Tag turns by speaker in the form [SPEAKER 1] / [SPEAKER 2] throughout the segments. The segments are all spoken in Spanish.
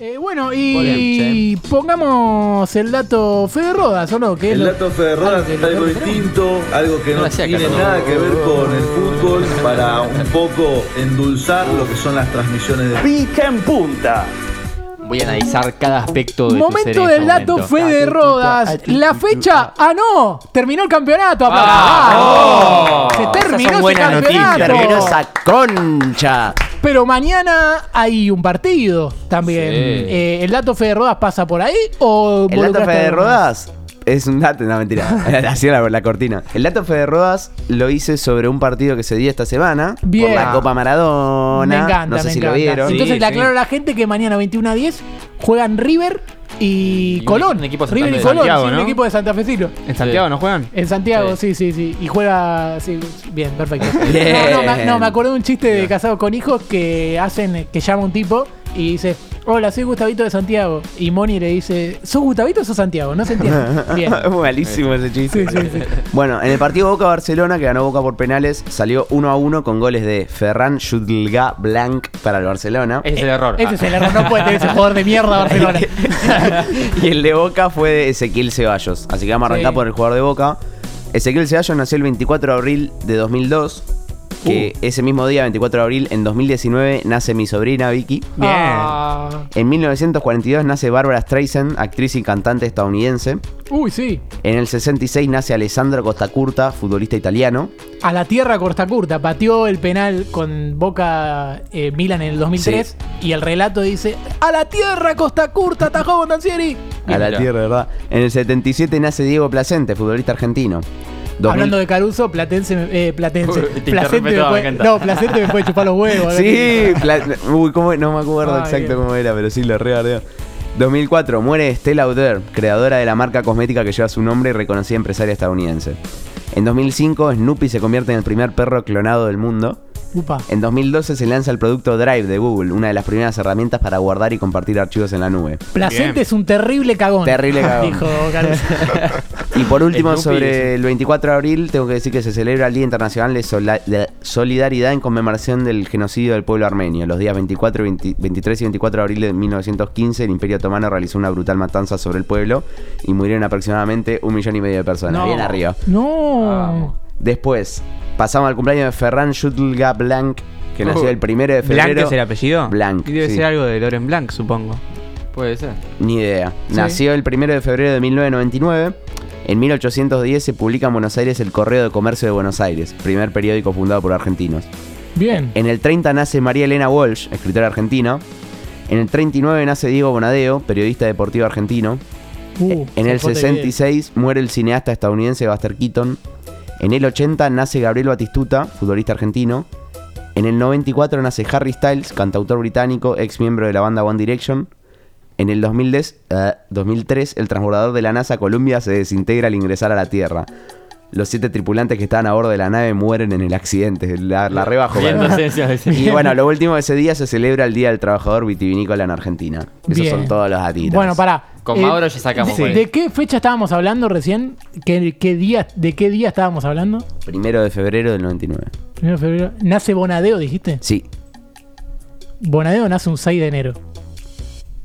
[SPEAKER 1] Eh, bueno, y pongamos el dato Fede Rodas, ¿o no? Que es
[SPEAKER 2] El
[SPEAKER 1] lo-
[SPEAKER 2] dato Fede
[SPEAKER 1] algo
[SPEAKER 2] Rodas
[SPEAKER 1] que
[SPEAKER 2] es
[SPEAKER 1] lo
[SPEAKER 2] algo
[SPEAKER 1] tenemos.
[SPEAKER 2] distinto, algo que
[SPEAKER 3] No
[SPEAKER 2] no
[SPEAKER 3] la hacía
[SPEAKER 2] tiene
[SPEAKER 3] Carlos.
[SPEAKER 2] nada que ver con el fútbol, para un poco endulzar lo que son las transmisiones de
[SPEAKER 4] Pica en punta.
[SPEAKER 3] Voy a analizar cada aspecto de tu ser
[SPEAKER 1] Momento
[SPEAKER 3] en
[SPEAKER 1] del
[SPEAKER 3] este
[SPEAKER 1] dato
[SPEAKER 3] momento.
[SPEAKER 1] Fede Rodas. La fecha. ¡Ah, no! Terminó el campeonato. aplausos.
[SPEAKER 3] Ah, ¡Vamos!
[SPEAKER 1] Se
[SPEAKER 3] Esas
[SPEAKER 1] terminó
[SPEAKER 5] ¡Oh! Esas son
[SPEAKER 1] este
[SPEAKER 5] buenas noticias.
[SPEAKER 1] campeonato.
[SPEAKER 5] Terminó esa concha.
[SPEAKER 1] Pero mañana hay un partido también.
[SPEAKER 3] Sí.
[SPEAKER 1] Eh, ¿El dato Fede Rodas pasa por ahí? O
[SPEAKER 5] El dato
[SPEAKER 1] involucraste
[SPEAKER 5] Fede
[SPEAKER 1] algo más?
[SPEAKER 5] Rodas es un dato, no mentira, así la, la cortina. El dato Fede Rodas lo hice sobre un partido que se dio esta semana
[SPEAKER 1] Bien.
[SPEAKER 5] por la Copa Maradona.
[SPEAKER 1] Me encanta,
[SPEAKER 5] no sé
[SPEAKER 1] me
[SPEAKER 5] si
[SPEAKER 1] encanta.
[SPEAKER 5] lo vieron.
[SPEAKER 1] Entonces
[SPEAKER 3] Sí,
[SPEAKER 1] le
[SPEAKER 3] sí.
[SPEAKER 1] aclaro a la gente que mañana 21 a 10 juegan River y,
[SPEAKER 3] un-
[SPEAKER 1] Colón.
[SPEAKER 3] un equipo de
[SPEAKER 1] River y
[SPEAKER 3] Santander.
[SPEAKER 1] Colón,
[SPEAKER 6] Santiago,
[SPEAKER 1] sí, un
[SPEAKER 6] ¿no?
[SPEAKER 1] equipo de Santa Fecino.
[SPEAKER 6] ¿En Santiago no juegan?
[SPEAKER 1] En Santiago, sí, sí, sí. Y juega. Sí, bien, perfecto.
[SPEAKER 5] Bien.
[SPEAKER 1] No, no, me, no, me acordé de un chiste de casados con hijos que hacen, que llama un tipo y dice: Hola, soy Gustavito de Santiago. Y Moni le dice: ¿Sos Gustavito o sos Santiago? No se entiende. Bien.
[SPEAKER 5] Malísimo ese chiste.
[SPEAKER 1] Sí, sí, sí.
[SPEAKER 5] Bueno, en el partido Boca-Barcelona, que ganó Boca por penales, salió 1 a 1 con goles de Ferran Judlga Blanc para el Barcelona.
[SPEAKER 3] Ese es el error.
[SPEAKER 1] eh, Ese es
[SPEAKER 5] Ah,
[SPEAKER 1] el error. No puede tener ese jugador de mierda Barcelona.
[SPEAKER 5] y el de Boca fue de Ezequiel Ceballos. Así que vamos a arrancar
[SPEAKER 1] Sí.
[SPEAKER 5] por el jugador de Boca. Ezequiel Ceballos nació el 24 de abril de 2002. Que
[SPEAKER 1] Uh.
[SPEAKER 5] ese mismo día, 24 de abril, en 2019, nace mi sobrina Vicky.
[SPEAKER 6] Bien.
[SPEAKER 1] Ah.
[SPEAKER 5] En 1942 nace Barbara Streisand, actriz y cantante estadounidense.
[SPEAKER 1] Uy, sí.
[SPEAKER 5] En el 66 nace Alessandro Costacurta, futbolista italiano.
[SPEAKER 1] A la tierra corta curta. Pateó el penal con Boca eh, Milan en el 2003. Y el relato dice: A la tierra costa curta, atajó Bondancieri.
[SPEAKER 5] A la
[SPEAKER 3] Mira.
[SPEAKER 5] tierra, ¿verdad? En el 77 nace Diego Placente, futbolista argentino. 2000
[SPEAKER 1] Hablando de Caruso, Platense. me- Eh, platense.
[SPEAKER 3] Uy, te
[SPEAKER 1] Placente
[SPEAKER 3] interrumpí
[SPEAKER 1] me
[SPEAKER 3] todo, me
[SPEAKER 1] fue-
[SPEAKER 3] encanta.
[SPEAKER 1] no, Placente me puede chupar los huevos.
[SPEAKER 5] Sí, pla- uy, ¿cómo- no me acuerdo
[SPEAKER 1] Ah,
[SPEAKER 5] exacto
[SPEAKER 1] bien.
[SPEAKER 5] cómo era, pero sí lo reardeo. 2004, muere Stella Auder, creadora de la marca cosmética que lleva su nombre y reconocida empresaria estadounidense. En 2005, Snoopy se convierte en el primer perro clonado del mundo.
[SPEAKER 1] Upa.
[SPEAKER 5] En 2012 se lanza el producto Drive de Google, una de las primeras herramientas para guardar y compartir archivos en la nube.
[SPEAKER 1] Placente
[SPEAKER 6] Bien.
[SPEAKER 1] es un terrible cagón. Ah,
[SPEAKER 5] Terrible cagón.
[SPEAKER 1] Dijo Caruso.
[SPEAKER 5] Y por último,
[SPEAKER 6] Snoopy,
[SPEAKER 5] sobre el 24 de abril, tengo que decir que se celebra el Día Internacional de, Sola- de Solidaridad en conmemoración del genocidio del pueblo armenio. Los días 24, 20 23 y 24 de abril de 1915, el Imperio Otomano realizó una brutal matanza sobre el pueblo y murieron aproximadamente un millón y medio de personas.
[SPEAKER 1] No.
[SPEAKER 5] Bien arriba.
[SPEAKER 1] No.
[SPEAKER 3] Vamos.
[SPEAKER 5] Después, pasamos al cumpleaños de Ferran Jutla Blanc, que nació
[SPEAKER 6] Oh.
[SPEAKER 5] el 1 de febrero.
[SPEAKER 6] ¿Blanc es el apellido?
[SPEAKER 5] Blanc,
[SPEAKER 6] Y debe
[SPEAKER 5] sí.
[SPEAKER 6] ser algo de Loren Blanc, supongo.
[SPEAKER 3] Puede ser.
[SPEAKER 5] Ni idea.
[SPEAKER 1] Sí.
[SPEAKER 5] Nació el 1 de febrero de 1999. En 1810 se publica en Buenos Aires el Correo de Comercio de Buenos Aires, primer periódico fundado por argentinos.
[SPEAKER 1] Bien.
[SPEAKER 5] En el 30 nace María Elena Walsh, escritora argentina. En el 39 nace Diego Bonadeo, periodista deportivo argentino.
[SPEAKER 1] Uh,
[SPEAKER 5] en el
[SPEAKER 1] zapote
[SPEAKER 5] 66 muere el cineasta estadounidense Buster Keaton. En el 80 nace Gabriel Batistuta, futbolista argentino. En el 94 nace Harry Styles, cantautor británico, ex miembro de la banda One Direction. En el 2010, eh, 2003, el transbordador de la NASA Columbia se desintegra al ingresar a la Tierra. Los siete tripulantes que estaban a bordo de la nave mueren en el accidente. La, la rebajo.
[SPEAKER 3] Viendo
[SPEAKER 5] perdón.
[SPEAKER 3] esencias de ese-
[SPEAKER 5] Y bueno, lo último de ese día se celebra el Día del Trabajador Vitivinícola en Argentina. Esos
[SPEAKER 1] Bien.
[SPEAKER 5] son todos los datitos.
[SPEAKER 1] Bueno, pará.
[SPEAKER 3] Con Mauro ya sacamos
[SPEAKER 1] ¿De,
[SPEAKER 3] por ahí.
[SPEAKER 1] de qué fecha estábamos hablando recién? ¿Qué, qué día, ¿De qué día estábamos hablando?
[SPEAKER 5] Primero de febrero del 99.
[SPEAKER 1] Primero de febrero. Nace Bonadeo, dijiste.
[SPEAKER 5] Sí.
[SPEAKER 1] Bonadeo nace un 6 de enero.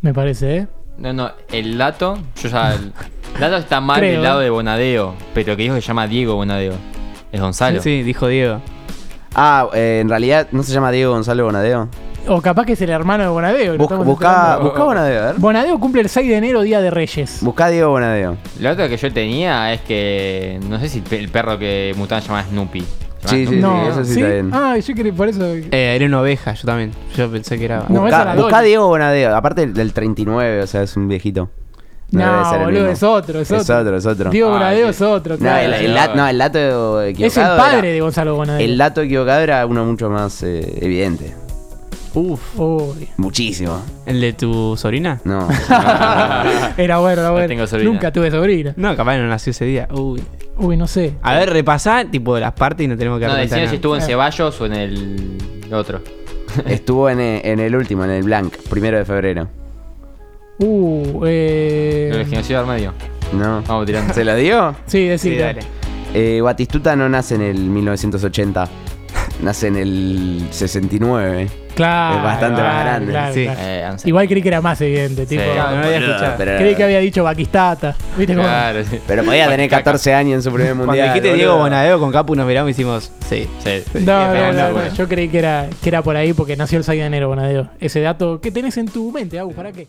[SPEAKER 1] Me parece, ¿eh?
[SPEAKER 3] No, no, el dato, yo ya. El dato está mal
[SPEAKER 1] Creo.
[SPEAKER 3] del lado de Bonadeo, pero que dijo que se llama Diego Bonadeo. Es Gonzalo.
[SPEAKER 6] Sí, dijo Diego.
[SPEAKER 5] Ah, eh, en realidad no se llama Diego Gonzalo Bonadeo.
[SPEAKER 1] O capaz que es el hermano de Bonadeo. lo
[SPEAKER 5] Busca,
[SPEAKER 1] estamos
[SPEAKER 5] busca,
[SPEAKER 1] enterando.
[SPEAKER 5] Bonadeo, a ver.
[SPEAKER 1] Bonadeo cumple el 6 de enero, Día de Reyes.
[SPEAKER 5] Busca Diego Bonadeo.
[SPEAKER 3] Lo otro que yo tenía es que. No sé si el pe- el perro que mutaban se llamaba Snoopy. ¿Se llamaba
[SPEAKER 5] Sí,
[SPEAKER 3] Snoopy?
[SPEAKER 5] sí, sí, eso sí está bien.
[SPEAKER 1] Ah, yo quería por eso.
[SPEAKER 6] Eh, era una oveja, yo también. Yo pensé que era.
[SPEAKER 1] No, esa
[SPEAKER 5] Busca,
[SPEAKER 1] era
[SPEAKER 5] busca
[SPEAKER 1] Dolly.
[SPEAKER 5] Diego Bonadeo. Aparte del 39, o sea, es un viejito.
[SPEAKER 1] No,
[SPEAKER 5] debe ser el
[SPEAKER 1] boludo,
[SPEAKER 5] mismo.
[SPEAKER 1] es otro, es
[SPEAKER 5] Es
[SPEAKER 1] otro.
[SPEAKER 5] otro, es otro.
[SPEAKER 1] Diego
[SPEAKER 3] Ah,
[SPEAKER 1] Bonadeo
[SPEAKER 3] sí.
[SPEAKER 1] es otro,
[SPEAKER 5] no,
[SPEAKER 1] claro.
[SPEAKER 5] el, el dat- no, el dato equivocado
[SPEAKER 1] es el padre
[SPEAKER 5] era-
[SPEAKER 1] de Gonzalo Bonadeo.
[SPEAKER 5] El dato equivocado era uno mucho más eh, evidente.
[SPEAKER 6] Uf.
[SPEAKER 1] Uy.
[SPEAKER 5] Muchísimo.
[SPEAKER 6] ¿El de tu sobrina?
[SPEAKER 5] No. no.
[SPEAKER 1] Era bueno, era bueno.
[SPEAKER 3] Ah, tengo sobrina.
[SPEAKER 1] Nunca tuve sobrina.
[SPEAKER 6] No, capaz no nació ese día. Uy.
[SPEAKER 1] Uy, no sé.
[SPEAKER 6] A ver, repasá, tipo, las partes y no tenemos que
[SPEAKER 3] No,
[SPEAKER 6] dar
[SPEAKER 3] decía si estuvo en
[SPEAKER 1] Ah.
[SPEAKER 3] Ceballos o en el otro.
[SPEAKER 5] Estuvo en, e- en el último, en el Blanc, primero de febrero.
[SPEAKER 1] Uh,
[SPEAKER 3] En el
[SPEAKER 1] eh.
[SPEAKER 3] genocidio armenio.
[SPEAKER 5] No.
[SPEAKER 3] Vamos tirando.
[SPEAKER 5] ¿Se lo dio?
[SPEAKER 1] Sí,
[SPEAKER 6] Sí,
[SPEAKER 1] decir.
[SPEAKER 6] dale.
[SPEAKER 5] Eh, Batistuta no nace en el 1980. Nace en el 69.
[SPEAKER 1] Claro.
[SPEAKER 5] Es bastante más grande.
[SPEAKER 6] Sí.
[SPEAKER 3] Eh, Ansel.
[SPEAKER 1] Igual creí que era más evidente, tipo.
[SPEAKER 6] Claro, no lo había escuchado.
[SPEAKER 5] Pero-
[SPEAKER 1] Creí que había dicho Baquistata. ¿Viste cómo?
[SPEAKER 3] Claro, sí.
[SPEAKER 5] Pero podía tener 14 años en su primer mundial.
[SPEAKER 6] Cuando dijiste
[SPEAKER 5] boludo.
[SPEAKER 6] Diego Bonadeo con Capu nos miramos y hicimos. Sí.
[SPEAKER 3] Sí.
[SPEAKER 1] No,
[SPEAKER 6] Pero
[SPEAKER 1] no, no,
[SPEAKER 6] no,
[SPEAKER 1] no,
[SPEAKER 6] bueno.
[SPEAKER 1] Yo creí que era, que era por ahí porque nació el 6 de enero, Bonadeo. Ese dato que tenés en tu mente, Agus, ¿para qué?